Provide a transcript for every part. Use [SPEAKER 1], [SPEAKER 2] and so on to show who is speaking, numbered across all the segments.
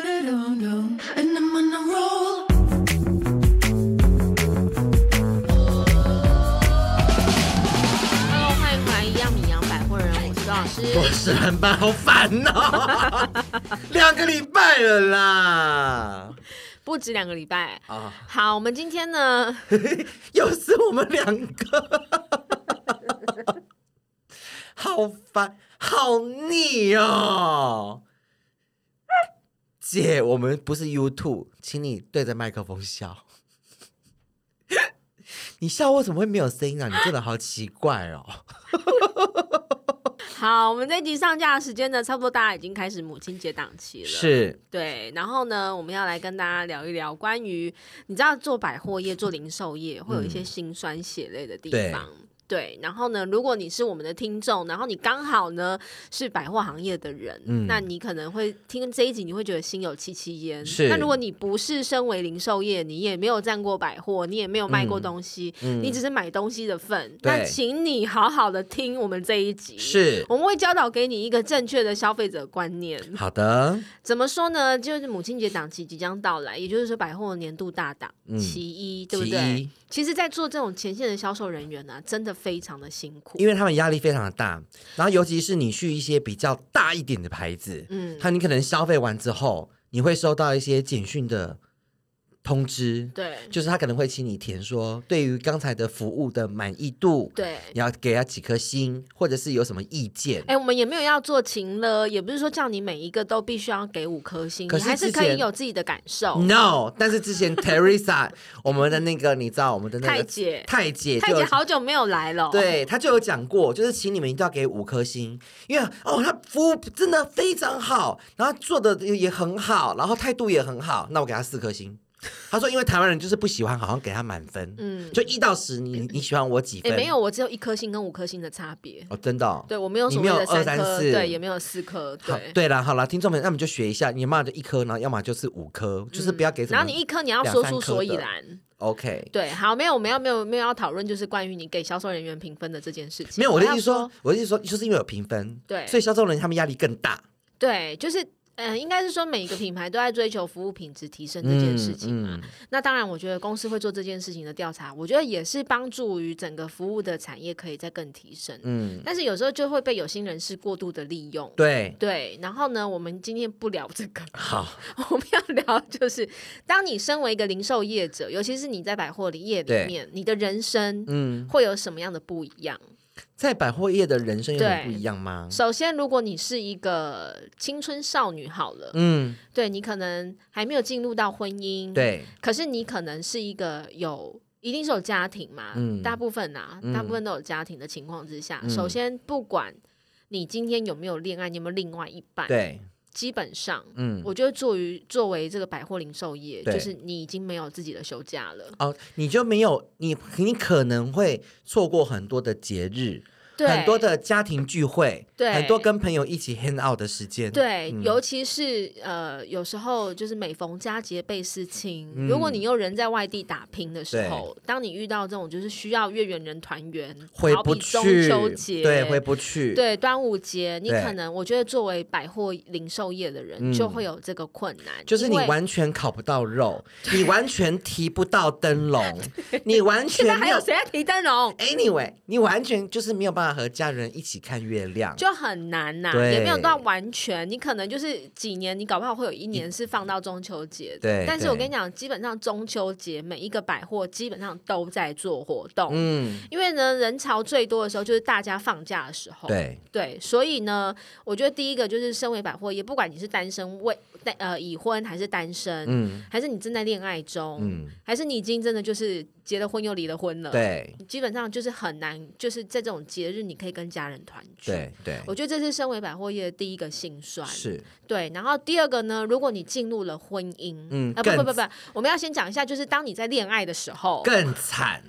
[SPEAKER 1] And I'm on a roll.
[SPEAKER 2] Hello，欢迎回来，一样米阳百货人，我是高老师。
[SPEAKER 3] 我是很班，好烦哦、 两个礼拜了啦！
[SPEAKER 2] 不止两个礼拜。
[SPEAKER 3] 啊，
[SPEAKER 2] 好，我们今天呢，
[SPEAKER 3] 又是我们两个， 好烦，好腻哦、姐，我们不是 YouTube，请你对着麦克风笑。 你笑我怎么会没有声音啊？你真的好奇怪哦！
[SPEAKER 2] 好，我们这一集上架的时间呢，差不多大家已经开始母亲节档期了。。
[SPEAKER 3] 是
[SPEAKER 2] 对，然后呢，我们要来跟大家聊一聊关于你知道做百货业、做零售业会有一些辛酸血泪的地
[SPEAKER 3] 嗯对
[SPEAKER 2] 方。对，然后呢，如果你是我们的听众，然后你刚好呢是百货行业的人，
[SPEAKER 3] 嗯
[SPEAKER 2] 那你可能会听这一集，你会觉得心有戚戚焉。
[SPEAKER 3] 是
[SPEAKER 2] 那如果你不是身为零售业，你也没有站过百货，你也没有卖过
[SPEAKER 3] 嗯
[SPEAKER 2] 东西，
[SPEAKER 3] 嗯
[SPEAKER 2] 你只是买东西的份，那
[SPEAKER 3] 对
[SPEAKER 2] 请你好好的听我们这一集，
[SPEAKER 3] 是，
[SPEAKER 2] 我们会教导给你一个正确的消费者观念。
[SPEAKER 3] 好的，
[SPEAKER 2] 怎么说呢？就是母亲节档期即将到来，也就是说百货年度大档、
[SPEAKER 3] 嗯
[SPEAKER 2] 其一，对不
[SPEAKER 3] 其
[SPEAKER 2] 对？
[SPEAKER 3] 一
[SPEAKER 2] 其实，在做这种前线的销售人员呢、真的非常的辛苦
[SPEAKER 3] 因。为他们压力非常的大，然后尤其是你去一些比较大一点的牌子，
[SPEAKER 2] 嗯，
[SPEAKER 3] 他你可能消费完之后，你会收到一些简讯的通知，
[SPEAKER 2] 对
[SPEAKER 3] 就是他可能会请你填说对于刚才的服务的满意度，
[SPEAKER 2] 对。
[SPEAKER 3] 你要给他几颗星，或者是有什么意见。
[SPEAKER 2] 哎、我们也没有要做情了，也不是说叫你每一个都必须要给五颗星，
[SPEAKER 3] 可
[SPEAKER 2] 你
[SPEAKER 3] 是
[SPEAKER 2] 还是
[SPEAKER 3] 之
[SPEAKER 2] 可以
[SPEAKER 3] 前
[SPEAKER 2] 有自己的感受。
[SPEAKER 3] No，但是之前 Teresa，我们的那个你知道我们的那个
[SPEAKER 2] 太姐
[SPEAKER 3] 太姐
[SPEAKER 2] 太
[SPEAKER 3] 就
[SPEAKER 2] 姐
[SPEAKER 3] 有
[SPEAKER 2] 好久没有来了，，
[SPEAKER 3] 对，他就有讲过，就是请你们一定要给五颗星，因为哦，他服务真的非常好，然后做的也很好，然后态度也很好，那我给他四颗星。他说，因为台湾人就是不喜欢，好像给他满分，
[SPEAKER 2] 嗯
[SPEAKER 3] 嗯，就一到十，你你喜欢我几
[SPEAKER 2] 哎、
[SPEAKER 3] 分？
[SPEAKER 2] 没有，我只有一颗星跟五颗星的差别。
[SPEAKER 3] 哦，真的哦、
[SPEAKER 2] 对我没有所
[SPEAKER 3] 你
[SPEAKER 2] 谓
[SPEAKER 3] 没有
[SPEAKER 2] 的
[SPEAKER 3] 二三
[SPEAKER 2] 颗，
[SPEAKER 3] 四
[SPEAKER 2] 对，也没有四颗，
[SPEAKER 3] 好
[SPEAKER 2] 对，。
[SPEAKER 3] 对啦，好啦，听众们，那我们就学一下，你要么就一颗，然后要么就是五颗，就是不要给什
[SPEAKER 2] 嗯
[SPEAKER 3] 么。
[SPEAKER 2] 然后你一颗你要
[SPEAKER 3] 两
[SPEAKER 2] 说
[SPEAKER 3] 三
[SPEAKER 2] 出
[SPEAKER 3] 颗
[SPEAKER 2] 所以
[SPEAKER 3] 的
[SPEAKER 2] 然，
[SPEAKER 3] OK，
[SPEAKER 2] 对，好，没有，我们要没有没有要讨论，就是关于你给销售人员评分的这件事情。
[SPEAKER 3] 没有，我的
[SPEAKER 2] 的
[SPEAKER 3] 意思说，，我的意思说，就是因为有评分，
[SPEAKER 2] 对
[SPEAKER 3] 所以销售人员他们压力更大。
[SPEAKER 2] 对，就是。嗯，应该是说每一个品牌都在追求服务品质提升这件事情啊嘛。
[SPEAKER 3] 嗯嗯
[SPEAKER 2] 那当然，我觉得公司会做这件事情的调查，我觉得也是帮助于整个服务的产业可以再更提升。
[SPEAKER 3] 嗯，
[SPEAKER 2] 但是有时候就会被有心人士过度的利用。
[SPEAKER 3] 对，
[SPEAKER 2] 对，然后呢，我们今天不聊这个，
[SPEAKER 3] 好，
[SPEAKER 2] 我们要聊就是，当你身为一个零售业者，尤其是你在百货里业里
[SPEAKER 3] 对
[SPEAKER 2] 面，你的人生
[SPEAKER 3] 嗯。
[SPEAKER 2] 会有什么样的不一样？
[SPEAKER 3] 在百货业的人生有
[SPEAKER 2] 对
[SPEAKER 3] 很不一样吗？
[SPEAKER 2] 首先，如果你是一个青春少女，好了，
[SPEAKER 3] 嗯，
[SPEAKER 2] 对你可能还没有进入到婚姻，，
[SPEAKER 3] 对，
[SPEAKER 2] 可是你可能是一个有。一定是有家庭嘛，
[SPEAKER 3] 嗯
[SPEAKER 2] 大部分啊，
[SPEAKER 3] 嗯
[SPEAKER 2] 大部分都有家庭的情况之下，
[SPEAKER 3] 嗯
[SPEAKER 2] 首先不管你今天有没有恋爱，你有没有另外一半，
[SPEAKER 3] 对，
[SPEAKER 2] 基本上，
[SPEAKER 3] 嗯，
[SPEAKER 2] 我觉得作为作为这个百货零售业，
[SPEAKER 3] 对
[SPEAKER 2] 就是你已经没有自己的休假了，
[SPEAKER 3] 哦，你就没有你，你可能会错过很多的节日，
[SPEAKER 2] 对，
[SPEAKER 3] 很多的家庭聚会，
[SPEAKER 2] 对
[SPEAKER 3] 很多跟朋友一起 hang out 的时间，，
[SPEAKER 2] 对，
[SPEAKER 3] 嗯
[SPEAKER 2] 尤其是呃，有时候就是每逢佳节倍思亲，如
[SPEAKER 3] 嗯
[SPEAKER 2] 果你又人在外地打拼的时候，当你遇到这种就是需要月圆人团圆，
[SPEAKER 3] 回
[SPEAKER 2] 好
[SPEAKER 3] 不
[SPEAKER 2] 比中
[SPEAKER 3] 去
[SPEAKER 2] 秋，节
[SPEAKER 3] 对，回不去，，
[SPEAKER 2] 对端午节，你
[SPEAKER 3] 对
[SPEAKER 2] 可能我觉得作为百货零售业的人，
[SPEAKER 3] 嗯
[SPEAKER 2] 就会有这个困难，
[SPEAKER 3] 就是你
[SPEAKER 2] 因为
[SPEAKER 3] 完全烤不到肉，你完全提不到灯 笼，你完
[SPEAKER 2] 现在
[SPEAKER 3] 全
[SPEAKER 2] 还
[SPEAKER 3] 没
[SPEAKER 2] 有
[SPEAKER 3] 有
[SPEAKER 2] 谁在提灯笼？
[SPEAKER 3] ，anyway，你完全就是没有办法和家人一起看月亮，
[SPEAKER 2] 就很难呐、
[SPEAKER 3] 对
[SPEAKER 2] 也没有到完全。你可能就是几年，你搞不好会有一年是放到中秋节的。
[SPEAKER 3] 对
[SPEAKER 2] 但是
[SPEAKER 3] 对
[SPEAKER 2] 我跟你讲，基本上中秋节每一个百货基本上都在做活动，
[SPEAKER 3] 嗯，
[SPEAKER 2] 因为呢人潮最多的时候就是大家放假的时候。
[SPEAKER 3] 对，
[SPEAKER 2] 对所以呢，我觉得第一个就是身为百货业，不管你是单身未单呃已婚还是单身，
[SPEAKER 3] 嗯
[SPEAKER 2] 还是你正在恋爱中，
[SPEAKER 3] 嗯，
[SPEAKER 2] 还是你已经真的就是结了婚又离了婚了，，
[SPEAKER 3] 对
[SPEAKER 2] 基本上就是很难，就是在这种节日你可以跟家人团聚。
[SPEAKER 3] 对对，
[SPEAKER 2] 我觉得这是身为百货业的第一个心酸，
[SPEAKER 3] 是。
[SPEAKER 2] 对。然后第二个呢，如果你进入了婚姻，
[SPEAKER 3] 嗯
[SPEAKER 2] 啊不
[SPEAKER 3] 更
[SPEAKER 2] 哦不不不，我们要先讲一下，就是当你在恋爱的时候，
[SPEAKER 3] 更惨。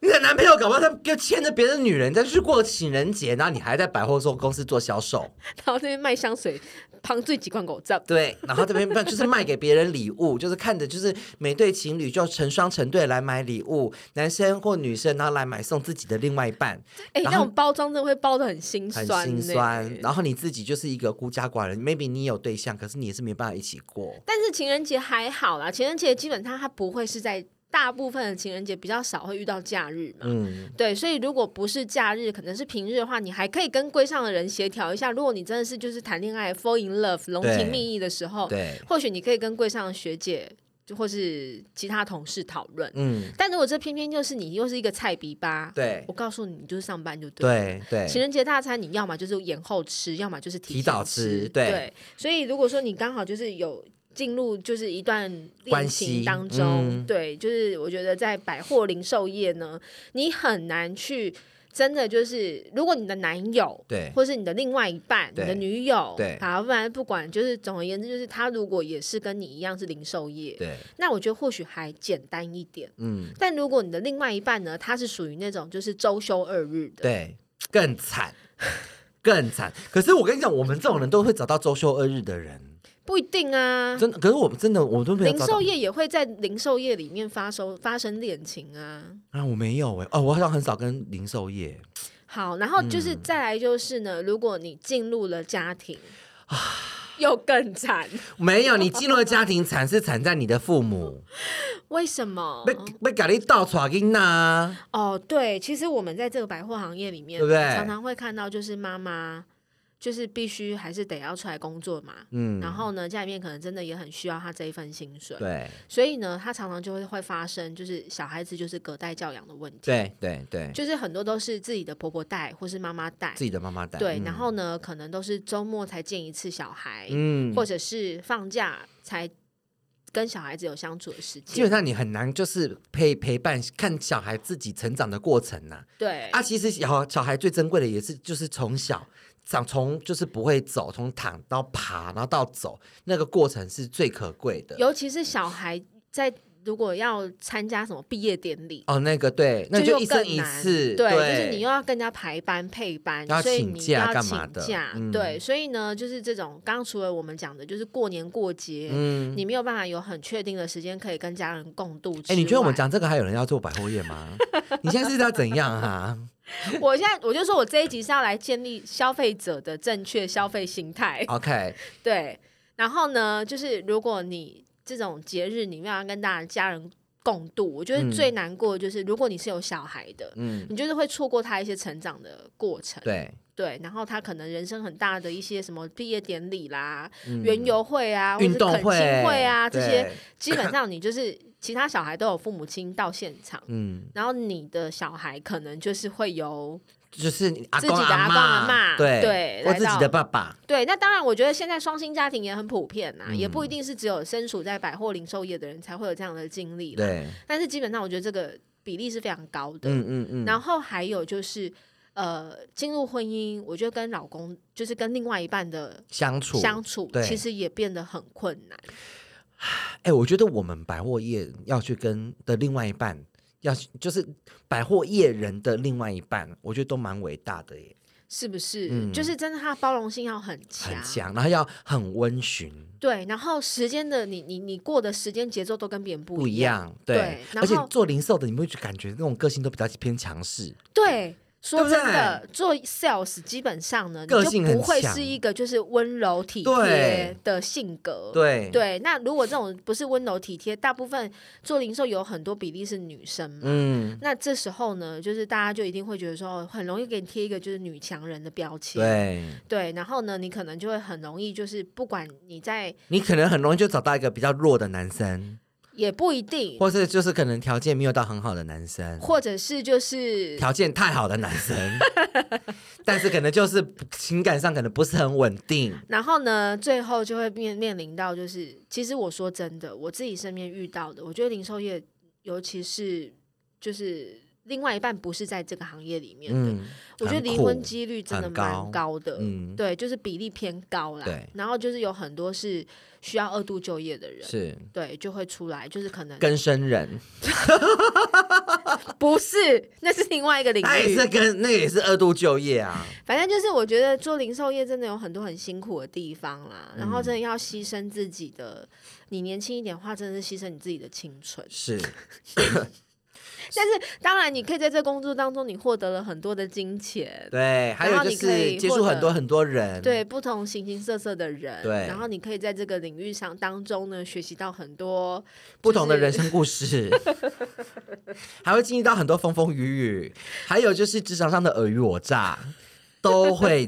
[SPEAKER 3] 你你的男朋友搞不好他就牵着别的女人再去过情人节，然后你还在百货公司做销售，
[SPEAKER 2] 然后这边卖香水，旁醉几罐狗汁，
[SPEAKER 3] 对，然后这边卖就是卖给别人礼物，就是看着就是每对情侣就成双成对来买礼物，男生或女生然后来买送自己的另外一半，
[SPEAKER 2] 哎、
[SPEAKER 3] 然
[SPEAKER 2] 那
[SPEAKER 3] 后
[SPEAKER 2] 种包装真的会包的很心
[SPEAKER 3] 很
[SPEAKER 2] 酸、欸，
[SPEAKER 3] 心酸。然后你自己就是一个孤家寡人，maybe 你有对象，可是你也是没办法一起过。
[SPEAKER 2] 但是情人节还好啦，情人节基本上它不会是在大部分的情人节比较少会遇到假日嘛。
[SPEAKER 3] 嗯，
[SPEAKER 2] 对，所以如果不是假日，可能是平日的话，你还可以跟柜上的人协调一下。如果你真的是就是谈恋爱 fall in love 浓情蜜意的时候，
[SPEAKER 3] 对，
[SPEAKER 2] 或许你可以跟柜上的学姐就或是其他同事讨论。
[SPEAKER 3] 嗯，
[SPEAKER 2] 但如果这偏偏就是你又是一个菜逼吧，
[SPEAKER 3] 对
[SPEAKER 2] 我告诉你，你就是上班就对了。
[SPEAKER 3] 对对，
[SPEAKER 2] 情人节大餐，你要么就是延后吃，要么就是提前
[SPEAKER 3] 提早吃
[SPEAKER 2] 吃。
[SPEAKER 3] 对
[SPEAKER 2] 所以如果说你刚好就是有进入就是一段
[SPEAKER 3] 关
[SPEAKER 2] 恋
[SPEAKER 3] 系
[SPEAKER 2] 情当中，
[SPEAKER 3] 嗯
[SPEAKER 2] 对，就是我觉得在百货零售业呢，你很难去真的就是，如果你的男友。
[SPEAKER 3] 对
[SPEAKER 2] 或是你的另外一半，你
[SPEAKER 3] 对
[SPEAKER 2] 的女友，
[SPEAKER 3] 对
[SPEAKER 2] 好，不然不管，就是总而言之，就是他如果也是跟你一样是零售业，
[SPEAKER 3] 对，
[SPEAKER 2] 那我觉得或许还简单一点。
[SPEAKER 3] 嗯，
[SPEAKER 2] 但如果你的另外一半呢，他是属于那种就是周休二日的，
[SPEAKER 3] 对，更惨， 更惨。可是我跟你讲，我们这种人都会找到周休二日的人，
[SPEAKER 2] 不一定啊，
[SPEAKER 3] 真的。可是我们真的，我们都没有
[SPEAKER 2] 零
[SPEAKER 3] 找到
[SPEAKER 2] 售业也会在零售业里面发生发生恋情啊。
[SPEAKER 3] 啊，我没有哎、哦，我好像很少跟零售业。
[SPEAKER 2] 好，然后就是
[SPEAKER 3] 嗯
[SPEAKER 2] 再来就是呢，如果你进入了家庭，
[SPEAKER 3] 啊
[SPEAKER 2] 又更惨，
[SPEAKER 3] 没有，你进入了家庭，惨是惨在你的父母
[SPEAKER 2] 嗯为什么
[SPEAKER 3] 被？被咖喱倒耍囡啊呐，
[SPEAKER 2] 哦，对，其实我们在这个百货行业里面，
[SPEAKER 3] 对不对
[SPEAKER 2] 常常会看到就是妈妈。就是必须还是得要出来工作嘛，
[SPEAKER 3] 嗯，
[SPEAKER 2] 然后呢，家里面可能真的也很需要她这一份薪水，
[SPEAKER 3] 对
[SPEAKER 2] 所以呢，她常常就会会发生就是小孩子就是隔代教养的问题，
[SPEAKER 3] 对对对，
[SPEAKER 2] 就是很多都是自己的婆婆带或是妈妈带，
[SPEAKER 3] 自己的妈妈带，
[SPEAKER 2] 对，
[SPEAKER 3] 嗯
[SPEAKER 2] 然后呢，可能都是周末才见一次小孩，
[SPEAKER 3] 嗯，
[SPEAKER 2] 或者是放假才跟小孩子有相处的时
[SPEAKER 3] 基
[SPEAKER 2] 间。
[SPEAKER 3] 本上你很难就是陪陪伴看小孩自己成长的过程呐、
[SPEAKER 2] 对，
[SPEAKER 3] 啊，其实小小孩最珍贵的也是就是从小长从就是不会走，从躺到爬，然后到走，那个过程是最可贵的。
[SPEAKER 2] 尤其是小孩在如果要参加什么毕业典礼，
[SPEAKER 3] 哦，那个对，那
[SPEAKER 2] 就
[SPEAKER 3] 就
[SPEAKER 2] 又
[SPEAKER 3] 一生
[SPEAKER 2] 更
[SPEAKER 3] 一
[SPEAKER 2] 难
[SPEAKER 3] 世，
[SPEAKER 2] 对，就是你又要跟人家排班配班，
[SPEAKER 3] 要
[SPEAKER 2] 所以
[SPEAKER 3] 请
[SPEAKER 2] 你
[SPEAKER 3] 假
[SPEAKER 2] 要
[SPEAKER 3] 干
[SPEAKER 2] 请
[SPEAKER 3] 嘛的
[SPEAKER 2] 假
[SPEAKER 3] 嗯
[SPEAKER 2] 对，所以呢，就是这种刚刚除了我们讲的，就是过年过节，
[SPEAKER 3] 嗯。
[SPEAKER 2] 你没有办法有很确定的时间可以跟家人共度。
[SPEAKER 3] 哎，你觉得我们？讲这个还有人要做百货业吗？ 你现在是要怎 样啊？
[SPEAKER 2] 我现在我就说我这一集是要来建立消费者的正确消费心态。
[SPEAKER 3] ？OK，
[SPEAKER 2] 对，然后呢，就是如果你这种节日你没有要跟大家人共度，我觉得
[SPEAKER 3] 嗯
[SPEAKER 2] 最难过的就是如果你是有小孩的。
[SPEAKER 3] 嗯，
[SPEAKER 2] 你就是会错过他一些成长的过程，
[SPEAKER 3] 对，
[SPEAKER 2] 对然后他可能人生很大的一些什么毕业典礼啦、
[SPEAKER 3] 嗯
[SPEAKER 2] 园游会啊、或
[SPEAKER 3] 运
[SPEAKER 2] 是
[SPEAKER 3] 动
[SPEAKER 2] 恳亲
[SPEAKER 3] 会
[SPEAKER 2] 会啊，这些
[SPEAKER 3] 对
[SPEAKER 2] 基本上你就是其他小孩都有父母亲到现场，
[SPEAKER 3] 嗯，
[SPEAKER 2] 然后你的小孩可能就是会由
[SPEAKER 3] 就是你阿
[SPEAKER 2] 自己
[SPEAKER 3] 公
[SPEAKER 2] 的阿公
[SPEAKER 3] 阿
[SPEAKER 2] 阿
[SPEAKER 3] 妈，
[SPEAKER 2] 嬷
[SPEAKER 3] 对
[SPEAKER 2] 对
[SPEAKER 3] 或
[SPEAKER 2] 来
[SPEAKER 3] 自己
[SPEAKER 2] 到
[SPEAKER 3] 的爸爸，
[SPEAKER 2] 对，那当然，我觉得现在双薪家庭也很普遍呐、也
[SPEAKER 3] 嗯
[SPEAKER 2] 不一定是只有身处在百货零售业的人才会有这样的经历啦。
[SPEAKER 3] 对，
[SPEAKER 2] 但是基本上，我觉得这个比例是非常高的。
[SPEAKER 3] 嗯嗯嗯，
[SPEAKER 2] 然后还有就是，呃，进入婚姻，我觉得跟老公就是跟另外一半的
[SPEAKER 3] 相处
[SPEAKER 2] 相处，
[SPEAKER 3] 对
[SPEAKER 2] 其实也变得很困难。
[SPEAKER 3] 哎、我觉得我们百货业要去跟的另外一半，要去就是百货业人的另外一半，我觉得都蛮伟大的耶，
[SPEAKER 2] 是不是？
[SPEAKER 3] 嗯
[SPEAKER 2] 就是真的，他包容性要很强，
[SPEAKER 3] 很强，然后要很温驯，
[SPEAKER 2] 对。然后时间的你，你你过的时间节奏都跟别人
[SPEAKER 3] 不
[SPEAKER 2] 不
[SPEAKER 3] 一
[SPEAKER 2] 一样，
[SPEAKER 3] 样，对。
[SPEAKER 2] 对然
[SPEAKER 3] 而且
[SPEAKER 2] 后
[SPEAKER 3] 做零售的，你们会去感觉那种个性都比较偏强势，
[SPEAKER 2] 对，
[SPEAKER 3] 对
[SPEAKER 2] 说
[SPEAKER 3] 不
[SPEAKER 2] 真的，做 sales 基本上呢，你
[SPEAKER 3] 个
[SPEAKER 2] 就
[SPEAKER 3] 性很
[SPEAKER 2] 不会
[SPEAKER 3] 强
[SPEAKER 2] 是一个就是温柔体
[SPEAKER 3] 对
[SPEAKER 2] 贴的性格。
[SPEAKER 3] 对，
[SPEAKER 2] 那如果这种不是温柔体贴，大部分做零售有很多比例是女生嘛。
[SPEAKER 3] 嗯，
[SPEAKER 2] 那这时候呢，就是大家就一定会觉得说，哦很容易给你贴一个就是女强人的标签，
[SPEAKER 3] 对，
[SPEAKER 2] 对然后呢，你可能就会很容易就是不管你在，
[SPEAKER 3] 你可能很容易就找到一个比较弱的男生，
[SPEAKER 2] 也不一定，
[SPEAKER 3] 或是就是可能条件没有到很好的男生，
[SPEAKER 2] 或者是就是
[SPEAKER 3] 条件太好的男 生，但是可能就是情感上可能不是很稳定，
[SPEAKER 2] 然后呢，最后就会面面临到，就是其实我说真的，我自己身边遇到的，我觉得零售业，尤其是就是另外一半不是在这个行业里面的，
[SPEAKER 3] 嗯，
[SPEAKER 2] 我觉得
[SPEAKER 3] 很
[SPEAKER 2] 离
[SPEAKER 3] 苦
[SPEAKER 2] 婚几率真的
[SPEAKER 3] 很
[SPEAKER 2] 蛮
[SPEAKER 3] 高
[SPEAKER 2] 高的，
[SPEAKER 3] 嗯
[SPEAKER 2] 对，就是比例偏高啦
[SPEAKER 3] 对。
[SPEAKER 2] 然后就是有很多是需要二度就业的人，
[SPEAKER 3] 是
[SPEAKER 2] 对，就会出来，就是可能啊
[SPEAKER 3] 根生人，
[SPEAKER 2] 不是，那是另外一个领
[SPEAKER 3] 他也
[SPEAKER 2] 域
[SPEAKER 3] 是。跟那个也是二度就 业啊，
[SPEAKER 2] 反正就是我觉得做零售业真的有很多很辛苦的地方啦，然
[SPEAKER 3] 嗯
[SPEAKER 2] 后真的要牺牲自己的。你年轻一点的话，真的是牺牲你自己的青春。
[SPEAKER 3] 是
[SPEAKER 2] 但是当然，你可以在这工作当中，你获得了很多的金钱，
[SPEAKER 3] 对，还
[SPEAKER 2] 然
[SPEAKER 3] 有
[SPEAKER 2] 后
[SPEAKER 3] 就
[SPEAKER 2] 你可
[SPEAKER 3] 是
[SPEAKER 2] 以
[SPEAKER 3] 接触
[SPEAKER 2] 获得
[SPEAKER 3] 很多很多人，
[SPEAKER 2] 对不同形形色色的人，
[SPEAKER 3] 对
[SPEAKER 2] 然后你可以在这个领域上当中呢，学习到很多
[SPEAKER 3] 不同的人
[SPEAKER 2] 就是
[SPEAKER 3] 生 故事，还会经历到很多风风雨雨，还有就是职场上的尔虞我诈，都会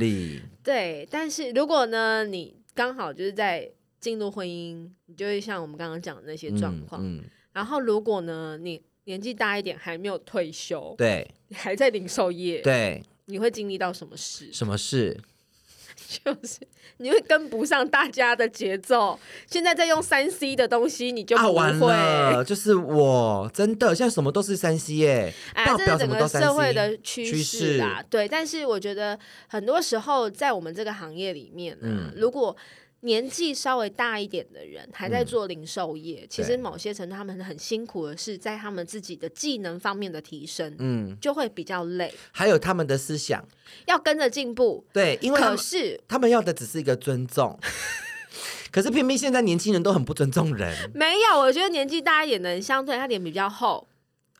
[SPEAKER 3] 历。
[SPEAKER 2] 对。但是如果呢，你刚好就是在进入婚姻，你就会像我们刚刚讲的那些状况。
[SPEAKER 3] 嗯，嗯
[SPEAKER 2] 然后如果呢，你年纪大一点还没有退休，
[SPEAKER 3] 对
[SPEAKER 2] 你还在零售业，
[SPEAKER 3] 对，
[SPEAKER 2] 你会经历到什么事？
[SPEAKER 3] 什么事？
[SPEAKER 2] 就是你会跟不上大家的节奏。现在在用三 C 的东西，你就
[SPEAKER 3] 啊，
[SPEAKER 2] 不
[SPEAKER 3] 完
[SPEAKER 2] 会。
[SPEAKER 3] 了，就是我，真的，现在什么都是三 C 耶，
[SPEAKER 2] 哎
[SPEAKER 3] 报，
[SPEAKER 2] 这是
[SPEAKER 3] 表什
[SPEAKER 2] 整
[SPEAKER 3] 么
[SPEAKER 2] 个
[SPEAKER 3] 都三
[SPEAKER 2] 社会
[SPEAKER 3] C，
[SPEAKER 2] 的趋
[SPEAKER 3] 趋
[SPEAKER 2] 势啦
[SPEAKER 3] 势。
[SPEAKER 2] 对，但是我觉得很多时候在我们这个行业里面、啊，
[SPEAKER 3] 嗯
[SPEAKER 2] 如果年纪稍微大一点的人还在
[SPEAKER 3] 嗯
[SPEAKER 2] 做零售业，其实
[SPEAKER 3] 对
[SPEAKER 2] 某些程度他们很辛苦的是在他们自己的技能方面的提升，
[SPEAKER 3] 嗯，
[SPEAKER 2] 就会比较累，
[SPEAKER 3] 还有他们的思想，
[SPEAKER 2] 要跟着进步。
[SPEAKER 3] 对，因为他
[SPEAKER 2] 可
[SPEAKER 3] 们
[SPEAKER 2] 是
[SPEAKER 3] 他们要的只是一个 尊重，可是偏偏现在年轻人都很不尊重人
[SPEAKER 2] 没有，我觉得年纪大一点的人，相对他脸比较厚，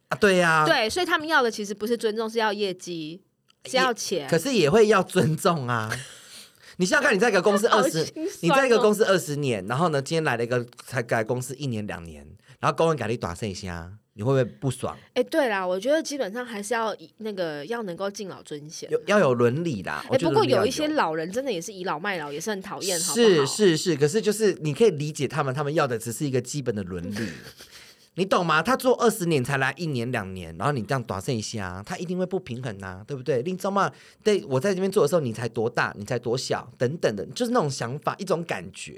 [SPEAKER 3] 啊，对呀、。
[SPEAKER 2] 对，所以他们要的其实不是尊重，是要业绩，是要钱。
[SPEAKER 3] 可哎是也会要尊重啊。你想想看，你在一个公司
[SPEAKER 2] 好
[SPEAKER 3] 二十、
[SPEAKER 2] 心酸哦
[SPEAKER 3] 你在一个公司二十年，然后呢，今天来了一个才改公司一年两年，然后工人改你打剩下，你会不会不爽？
[SPEAKER 2] 哎、对啦，我觉得基本上还是要以那个要能够敬老尊贤。
[SPEAKER 3] 有要有伦理啦。
[SPEAKER 2] 哎、
[SPEAKER 3] 我觉
[SPEAKER 2] 不过
[SPEAKER 3] 得伦理要
[SPEAKER 2] 有
[SPEAKER 3] 有
[SPEAKER 2] 一些老人真的也是倚老卖老，也是很讨厌，好不
[SPEAKER 3] 是
[SPEAKER 2] 好？
[SPEAKER 3] 是是，可是就是你可以理解他们，他们要的只是一个基本的 伦理。你懂吗？他做二十年才来一年两年，然后你这样短剩一下，他一定会不平衡呐、对不对？你知道吗？对我在这边做的时候，你才多大，你才多小，等等的，就是那种想法，一种感觉。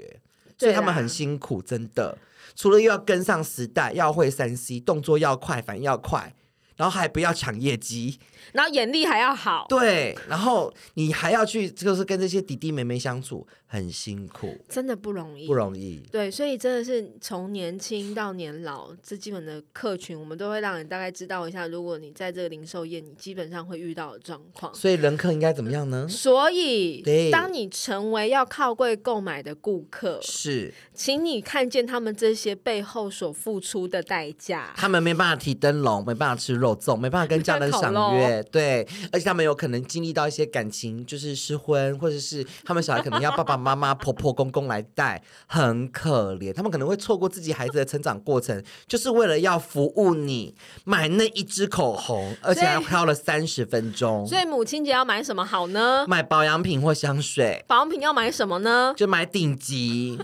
[SPEAKER 3] 所
[SPEAKER 2] 对
[SPEAKER 3] 以
[SPEAKER 2] 啊
[SPEAKER 3] 他们
[SPEAKER 2] 啦
[SPEAKER 3] 很辛苦，真的。除了又要跟上时代，要会三 C，动作要快，反应要快，然后还不要抢业绩，
[SPEAKER 2] 然后眼力还要好，
[SPEAKER 3] 对，然后你还要去就是跟这些弟弟妹妹相处，很辛苦。
[SPEAKER 2] 真的不容易。
[SPEAKER 3] 不容易。
[SPEAKER 2] 对，所以真的是从年轻到年老，这基本的客群，我们都会让你大概知道一下，如果你在这个零售业，你基本上会遇到的状况。
[SPEAKER 3] 所以人客应该怎么样呢？
[SPEAKER 2] 所以，
[SPEAKER 3] 对
[SPEAKER 2] 当你成为要靠柜购买的顾客，
[SPEAKER 3] 是
[SPEAKER 2] 请你看见他们这些背后所付出的代价。
[SPEAKER 3] 他们没办法提灯笼，没办法吃肉粽，没办法跟 家人赏月，对，而且他们有可能经历到一些感情，就是失婚，或者是他们小孩可能要爸爸妈妈、婆婆、公公来带，很可怜。他们可能会错过自己孩子的成长过程，就是为了要服务你，买那一支口红，而且还花了三十分钟，
[SPEAKER 2] 所以母亲节要买什么好呢？
[SPEAKER 3] 买保养品或香水，
[SPEAKER 2] 保养品要买什么呢？
[SPEAKER 3] 就买顶级，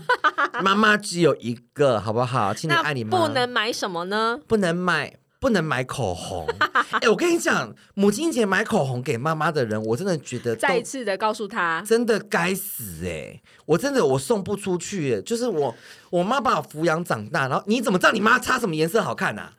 [SPEAKER 3] 妈妈只有一个，好不好？亲你
[SPEAKER 2] 那
[SPEAKER 3] 爱你妈，
[SPEAKER 2] 不能买什么呢？
[SPEAKER 3] 不能买。不能买 口红，哎、我跟你讲，母亲节买口红给妈妈的人，我真的觉得都
[SPEAKER 2] 再一次的告诉他，
[SPEAKER 3] 真的该死哎、我真的我送不出去、哎就是我我妈把我抚养长大，然后你怎么知道你妈擦什么颜色好看啊？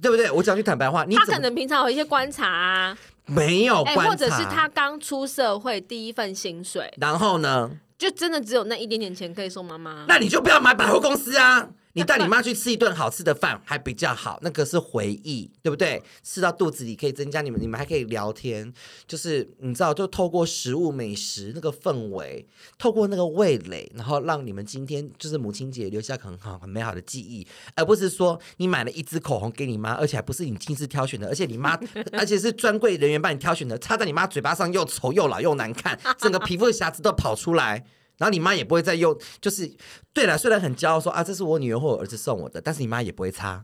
[SPEAKER 3] 对不对？我讲句坦白话，你
[SPEAKER 2] 他可
[SPEAKER 3] 怎么
[SPEAKER 2] 能平常有一些观察、啊，
[SPEAKER 3] 没有
[SPEAKER 2] 哎、
[SPEAKER 3] 观察？
[SPEAKER 2] 或者是他刚出社会第一份薪水，
[SPEAKER 3] 然后呢？
[SPEAKER 2] 就真的只有那一点点钱可以送妈妈。
[SPEAKER 3] 那你就不要买百货公司啊！你带你妈去吃一顿好吃的饭还比较好，那个是回忆，对不对？吃到肚子里可以增加你们，你们还可以聊天，就是你知道，就透过食物美食那个氛围，透过那个味蕾，然后让你们今天就是母亲节留下很好很美好的记忆，而不是说你买了一支口红给你妈，而且还不是你亲自挑选的，而且你妈， 而且是专柜人员帮你挑选的，插在你妈嘴巴上又丑又老又难看，整个皮肤的瑕疵都跑出来。然后你妈也不会再用，就是对了，虽然很骄傲说啊，这是我女儿或我儿子送我的，但是你妈也不会擦，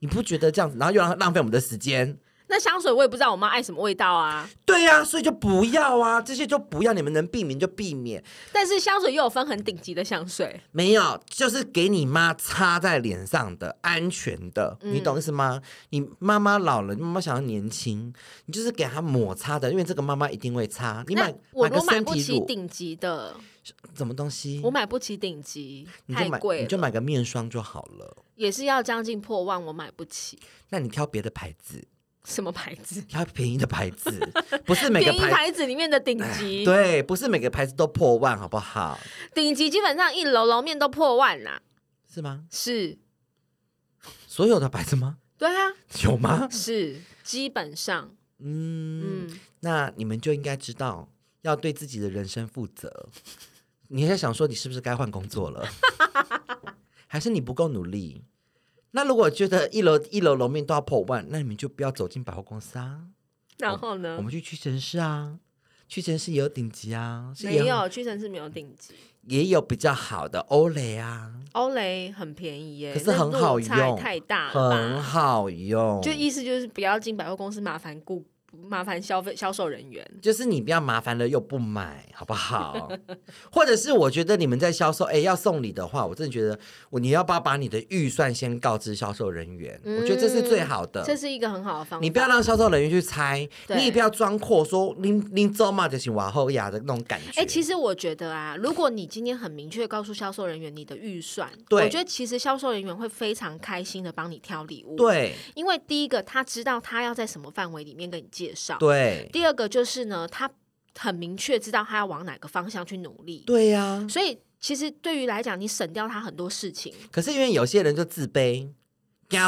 [SPEAKER 3] 你不觉得这样子，然后又浪浪费我们的时间？
[SPEAKER 2] 那香水我也不知道我妈爱什么味道啊，
[SPEAKER 3] 对呀、所以就不要啊，这些就不要，你们能避免就避免，
[SPEAKER 2] 但是香水又有分很顶级的香水，
[SPEAKER 3] 没有，就是给你妈擦在脸上的安全的，
[SPEAKER 2] 嗯
[SPEAKER 3] 你懂意思吗？你妈妈老了，你妈妈想要年轻，你就是给她抹擦的，因为这个妈妈一定会擦。你
[SPEAKER 2] 那
[SPEAKER 3] 买
[SPEAKER 2] 我
[SPEAKER 3] 个
[SPEAKER 2] 如果买
[SPEAKER 3] 身
[SPEAKER 2] 不
[SPEAKER 3] 体
[SPEAKER 2] 起
[SPEAKER 3] 乳，
[SPEAKER 2] 顶级的，
[SPEAKER 3] 什么东西
[SPEAKER 2] 我？买不起顶级，
[SPEAKER 3] 你
[SPEAKER 2] 太
[SPEAKER 3] 就买
[SPEAKER 2] 贵
[SPEAKER 3] 你就
[SPEAKER 2] 了，
[SPEAKER 3] 买个面霜就好了。
[SPEAKER 2] 也是要将近破万，我买不起。
[SPEAKER 3] 那你挑别的牌子，
[SPEAKER 2] 什么牌子？
[SPEAKER 3] 要便宜的牌子，不是每个
[SPEAKER 2] 便宜
[SPEAKER 3] 牌哎
[SPEAKER 2] 牌子里面的顶级，
[SPEAKER 3] 对，不是每个牌子都破万，好不好？
[SPEAKER 2] 顶级基本上一楼楼面都破万啦。
[SPEAKER 3] 是吗？
[SPEAKER 2] 是，
[SPEAKER 3] 所有的牌子吗？
[SPEAKER 2] 对啊，
[SPEAKER 3] 有吗？
[SPEAKER 2] 是，基本上，
[SPEAKER 3] 嗯，
[SPEAKER 2] 嗯，
[SPEAKER 3] 那你们就应该知道要对自己的人生负责。你在想说你是不是该换工 作了，还是你不够努力？那如果觉得一楼一楼楼面都要破万，那你们就不要走进百货公司啊，
[SPEAKER 2] 然后呢
[SPEAKER 3] 我？们就去屈臣氏啊，屈臣氏也有顶级啊，是
[SPEAKER 2] 没
[SPEAKER 3] 也
[SPEAKER 2] 有，屈臣氏没有顶级，
[SPEAKER 3] 也有比较好的欧蕾啊，
[SPEAKER 2] 欧蕾很便宜耶，
[SPEAKER 3] 可是很
[SPEAKER 2] 那
[SPEAKER 3] 好
[SPEAKER 2] 落差
[SPEAKER 3] 用，
[SPEAKER 2] 太大了
[SPEAKER 3] 很
[SPEAKER 2] 吧？
[SPEAKER 3] 好用，
[SPEAKER 2] 就意思就是不要进百货公司麻烦顾麻烦消费销售人员。
[SPEAKER 3] 就是你不要麻烦了又不买，好不好？或者是我觉得你们在销售，哎，要送礼的话，我真的觉得我你要不要把你的预算先告知销售人员？我觉得这是最好的。
[SPEAKER 2] 嗯这是一个很好的方法。
[SPEAKER 3] 你不要让销售人员去猜，
[SPEAKER 2] 对
[SPEAKER 3] 你也不要装阔说拎拎走嘛就是往后压的那种感觉。
[SPEAKER 2] 哎、其实我觉得啊，如果你今天很明确告诉销售人员你的预算，
[SPEAKER 3] 对
[SPEAKER 2] 我觉得其实销售人员会非常开心的帮你挑礼物。，
[SPEAKER 3] 对
[SPEAKER 2] 因为第一个他知道他要在什么范围里面跟你介绍，
[SPEAKER 3] 对
[SPEAKER 2] 第二个就是呢，他很明确知道他要往哪个方向去努力，
[SPEAKER 3] 对呀、
[SPEAKER 2] 所以其实对于来讲，你省掉他很多事情，
[SPEAKER 3] 可是因为有些人就自卑，
[SPEAKER 2] 说
[SPEAKER 3] 怕给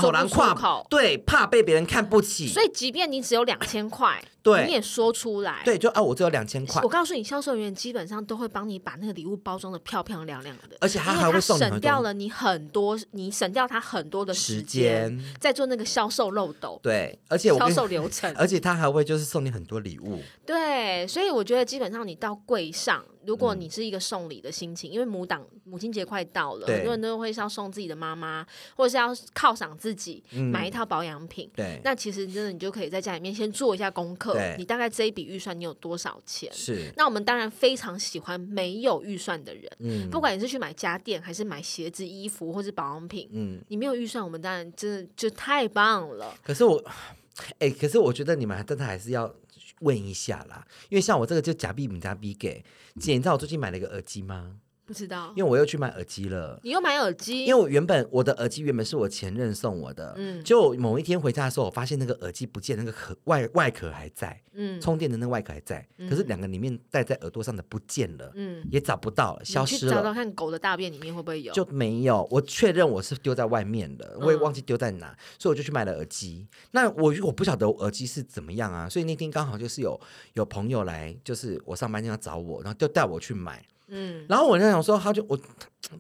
[SPEAKER 2] 不
[SPEAKER 3] 人
[SPEAKER 2] 出
[SPEAKER 3] 看
[SPEAKER 2] 口
[SPEAKER 3] 对，怕被别人看不起，
[SPEAKER 2] 所以即便你只有两千块，
[SPEAKER 3] 对
[SPEAKER 2] 你也说出来，
[SPEAKER 3] 对，就啊，我只有两千块
[SPEAKER 2] 我，告诉你，销售人员基本上都会帮你把那个礼物包装的漂漂亮亮的，
[SPEAKER 3] 而且他
[SPEAKER 2] 因为
[SPEAKER 3] 还会送你很
[SPEAKER 2] 省
[SPEAKER 3] 多
[SPEAKER 2] 掉了你很多，你省掉他很多的
[SPEAKER 3] 时
[SPEAKER 2] 间
[SPEAKER 3] 间
[SPEAKER 2] 在做那个销售漏斗、
[SPEAKER 3] 对，而且我
[SPEAKER 2] 销
[SPEAKER 3] 跟你
[SPEAKER 2] 售流程。
[SPEAKER 3] 而且他还会就是送你很多礼物，
[SPEAKER 2] 对，所以我觉得基本上你到柜上，如
[SPEAKER 3] 嗯
[SPEAKER 2] 果你是一个送礼的心情，因为母党母亲节快到了，
[SPEAKER 3] 对
[SPEAKER 2] 很多人都会是要送自己的妈妈，或者是要犒赏自己、买一套保养品。
[SPEAKER 3] 嗯对，
[SPEAKER 2] 那其实真的，你就可以在家里面先做一下功课
[SPEAKER 3] 对，
[SPEAKER 2] 你大概这一笔预算你有多少钱？
[SPEAKER 3] 是，
[SPEAKER 2] 那我们当然非常喜欢没有预算的人，
[SPEAKER 3] 嗯
[SPEAKER 2] 不管你是去买家电，还是买鞋子、衣服或是保养品，
[SPEAKER 3] 嗯。
[SPEAKER 2] 你没有预算，我们当然真的就太棒了。
[SPEAKER 3] 可是我，哎、可是我觉得你们还真的还是要问一下啦，因为像我这个就假币米加币给姐，你知道我最近买了一个耳机吗？
[SPEAKER 2] 不知道
[SPEAKER 3] 因为我又去买耳机了。
[SPEAKER 2] 你又买耳机，
[SPEAKER 3] 因为我原本我的耳机原本是我前任送我的，
[SPEAKER 2] 嗯
[SPEAKER 3] 就某一天回家的时候，我发现那个耳机不见，那个壳外外壳还在，
[SPEAKER 2] 嗯
[SPEAKER 3] 充电的那个外壳还在，可是两个里面戴在耳朵上的不见了，
[SPEAKER 2] 嗯，
[SPEAKER 3] 也找不到了，消
[SPEAKER 2] 你去
[SPEAKER 3] 失
[SPEAKER 2] 找
[SPEAKER 3] 了
[SPEAKER 2] 找。看狗的大便里面会不会有？
[SPEAKER 3] 就没有，我确认我是丢在外面的，我也
[SPEAKER 2] 嗯
[SPEAKER 3] 忘记丢在哪，所以我就去买了耳机。那我我不晓得我耳机是怎么样啊，所以那天刚好就是有有朋友来，就是我上班那天要找我，然后就带我去买。
[SPEAKER 2] 嗯
[SPEAKER 3] 然后我就想说，他就我，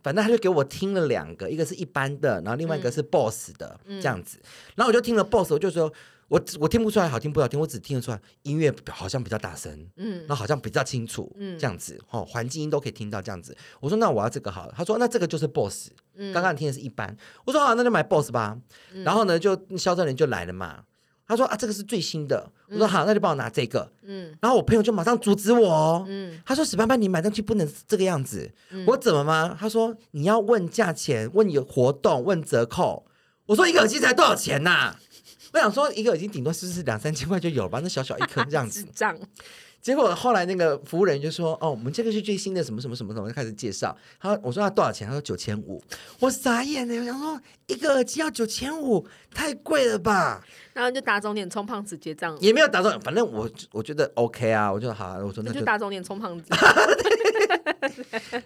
[SPEAKER 3] 反正他就给我听了两个，一个是一般的，然后另外一
[SPEAKER 2] 嗯
[SPEAKER 3] 个是 BOSS 的、这样子。然后我就听了 BOSS，我就说，我我听不出来好听不好听，我只听得出来音乐好像比较大声，
[SPEAKER 2] 嗯
[SPEAKER 3] 那好像比较清楚，
[SPEAKER 2] 嗯
[SPEAKER 3] 这样子哦，环境音都可以听到这样子。我说那我要这个好了，他说那这个就是 BOSS，、
[SPEAKER 2] 嗯
[SPEAKER 3] 刚刚你听的是一般，我说好，那就买 BOSS 吧。然后呢，就销售人就来了嘛，他说啊这个是最新的，我说好，那就帮我拿这个。
[SPEAKER 2] 嗯
[SPEAKER 3] 然后我朋友就马上阻止我、哦，
[SPEAKER 2] 嗯
[SPEAKER 3] 他说史班班你买东西不能这个样子，我怎么吗？他说你要问价钱，问有活动，问折扣。我说一个耳机才多少钱呐、我想说一个耳机顶多是不是两三千块就有了吧？那小小一颗这样子
[SPEAKER 2] 智，障，
[SPEAKER 3] 结果后来那个服务人就说：“哦，我们这个是最新的什么什么什么什么，就开始介绍。”他我说他多少钱？他说九千五。我傻眼了，我想说一个耳机要九千五，太贵了吧？
[SPEAKER 2] 然后就打肿脸充胖子结账，
[SPEAKER 3] 也没有打算，反正我我觉得 OK 啊，我就好啊，我说那
[SPEAKER 2] 那
[SPEAKER 3] 就
[SPEAKER 2] 就打肿脸充胖子。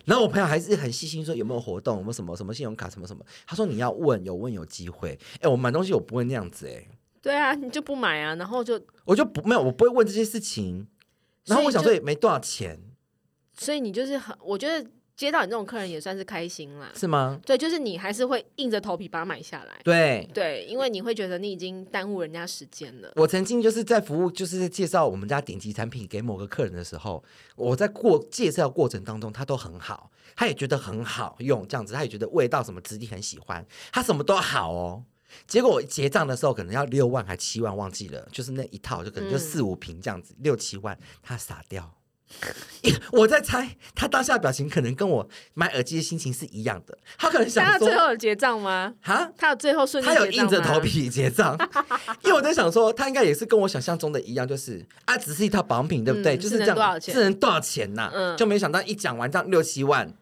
[SPEAKER 3] 然后我朋友还是很细心说有没有活动，有没有什么什么信用卡什么什么。他说你要问，有问有机会。哎，我买东西我不会那样子哎、
[SPEAKER 2] 对啊，你就不买啊，然后就
[SPEAKER 3] 我就不没有，我不会问这些事情。然后我想
[SPEAKER 2] 所
[SPEAKER 3] 说也没多少钱，
[SPEAKER 2] 所以你就是很，我觉得接到你这种客人也算是开心啦。
[SPEAKER 3] 是吗？
[SPEAKER 2] 对，就是你还是会硬着头皮把它买下来。
[SPEAKER 3] 对。
[SPEAKER 2] 对，因为你会觉得你已经耽误人家时间了。
[SPEAKER 3] 我曾经就是在服务，就是在介绍我们家顶级产品给某个客人的时候，我在过介绍过程当中，他都很好，他也觉得很好用，这样子，他也觉得味道什么质地很喜欢，他什么都好哦。结果结账的时候可能要六万还七万，忘记了，就是那一套就可能就
[SPEAKER 2] 嗯
[SPEAKER 3] 四五瓶这样子，六七万，他傻掉。 我在猜，他当下的表情可能跟我买耳机的心情是一样的，他可能
[SPEAKER 2] 那
[SPEAKER 3] 想
[SPEAKER 2] 他
[SPEAKER 3] 说
[SPEAKER 2] 最后有结账吗？
[SPEAKER 3] 哈，
[SPEAKER 2] 他有最后瞬间
[SPEAKER 3] 他有
[SPEAKER 2] 结账
[SPEAKER 3] 硬着
[SPEAKER 2] 吗
[SPEAKER 3] 头，皮 结账，因为我在想说，他应该也是跟我想象中的一样，就是啊，只是一套保养品，对不对？
[SPEAKER 2] 嗯
[SPEAKER 3] 就是是这
[SPEAKER 2] 能
[SPEAKER 3] 样，
[SPEAKER 2] 多少钱
[SPEAKER 3] 是能多少钱呐、
[SPEAKER 2] 嗯
[SPEAKER 3] 就没想到一 讲完账六七万，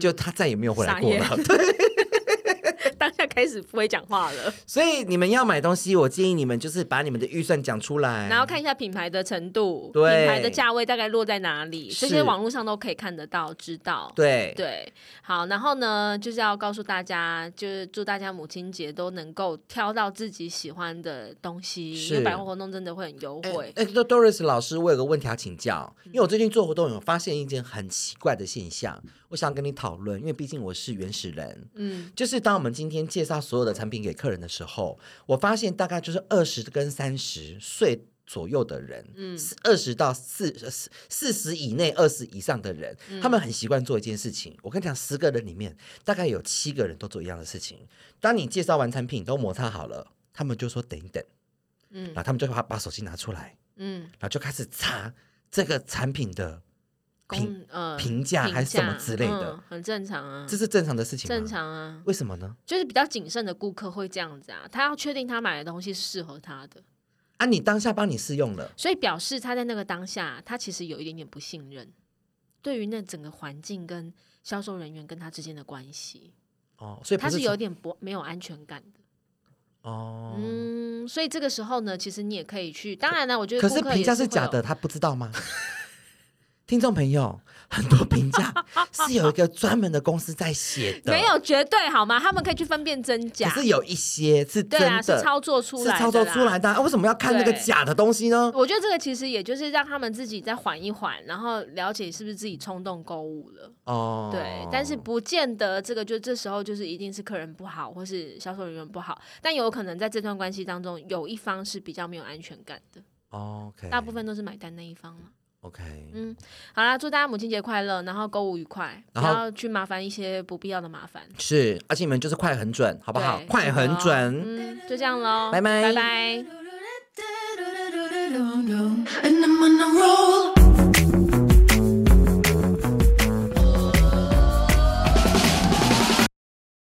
[SPEAKER 3] 就他再也没有回来过了
[SPEAKER 2] 傻。
[SPEAKER 3] 对，
[SPEAKER 2] 当下开开始不会讲话了。
[SPEAKER 3] 所以你们要买东西，我建议你们就是把你们的预算讲出来，
[SPEAKER 2] 然后看一下品牌的程度，品
[SPEAKER 3] 哎对
[SPEAKER 2] 牌的价位大概落在哪里，这些
[SPEAKER 3] 是
[SPEAKER 2] 网络上都可以看得到、知道。
[SPEAKER 3] 对
[SPEAKER 2] 对，好，然后呢，就是要告诉大家，就是祝大家母亲节都能够挑到自己喜欢的东西，因为
[SPEAKER 3] 是
[SPEAKER 2] 百货活动真的会很优惠。
[SPEAKER 3] 哎、多 Doris 老师，我有个问题要请教，
[SPEAKER 2] 嗯
[SPEAKER 3] 因为我最近做活动有发现一件很奇怪的现象，我想跟你讨论，因为毕竟我是原始人。
[SPEAKER 2] 嗯，
[SPEAKER 3] 就是当我们今天介绍所有的产品给客人的时候，我发现大概就是二十跟三十岁左右的人，嗯，二十到四四十以内、二十以上的人，
[SPEAKER 2] 嗯
[SPEAKER 3] 他们很习惯做一件事情。我跟你讲，十个人里面大概有七个人都做一样的事情。当你介绍完产品都摩擦好了，他们就说等一等，
[SPEAKER 2] 嗯，
[SPEAKER 3] 嗯然后他们就把把手机拿出来，
[SPEAKER 2] 嗯，
[SPEAKER 3] 然后就开始查这个产品的评，
[SPEAKER 2] 公呃
[SPEAKER 3] 评价还是什么之类的
[SPEAKER 2] 嗯很正常啊
[SPEAKER 3] 这，是正常的事情吗？
[SPEAKER 2] 正。常啊，
[SPEAKER 3] 为什么呢？
[SPEAKER 2] 就是比较谨慎的顾客会这样子啊，他要确定他买的东西是适合他的，
[SPEAKER 3] 啊，你当下帮你试用了。
[SPEAKER 2] 所以表示他在那个当下，他其实有一点点不信任，对于那整个环境跟销售人员跟他之间的关系，
[SPEAKER 3] 哦，所以不
[SPEAKER 2] 他是
[SPEAKER 3] 从
[SPEAKER 2] 有点不没有安全感的。
[SPEAKER 3] 哦，
[SPEAKER 2] 嗯，所以这个时候呢，其实你也可以去，当然了，我觉得
[SPEAKER 3] 可
[SPEAKER 2] 顾
[SPEAKER 3] 是
[SPEAKER 2] 客
[SPEAKER 3] 评
[SPEAKER 2] 也
[SPEAKER 3] 价
[SPEAKER 2] 是
[SPEAKER 3] 是
[SPEAKER 2] 会
[SPEAKER 3] 假
[SPEAKER 2] 有
[SPEAKER 3] 的，，他不知道 吗？听众朋友，很多评价是有一个专门的公司在写的，
[SPEAKER 2] 没，有绝对好吗？他们可以去分辨真假，
[SPEAKER 3] 可是有一些是真
[SPEAKER 2] 对啊，
[SPEAKER 3] 的，
[SPEAKER 2] 是操作出来的啦，
[SPEAKER 3] 是操作出来的啊、为什么要看那个
[SPEAKER 2] 对
[SPEAKER 3] 假的东西呢？
[SPEAKER 2] 我觉得这个其实也就是让他们自己再缓一缓，然后了解是不是自己冲动购物了。
[SPEAKER 3] 哦，
[SPEAKER 2] 对，但是不见得这个就这时候就是一定是客人不好，或是销售人员不好，但有可能在这段关系当中，有一方是比较没有安全感的，
[SPEAKER 3] 哦，OK，
[SPEAKER 2] 大部分都是买单那一方了。
[SPEAKER 3] OK，
[SPEAKER 2] 嗯，好啦，祝大家母亲节快乐，然后购物愉快，不
[SPEAKER 3] 然后
[SPEAKER 2] 要去麻烦一些不必要的麻烦，
[SPEAKER 3] 是，而且你们就是快很准，好
[SPEAKER 2] 好
[SPEAKER 3] 不好？快很
[SPEAKER 2] 哦
[SPEAKER 3] 准。
[SPEAKER 2] 嗯嗯，就这样喽，
[SPEAKER 3] 拜拜
[SPEAKER 2] 拜拜。
[SPEAKER 1] And I'm on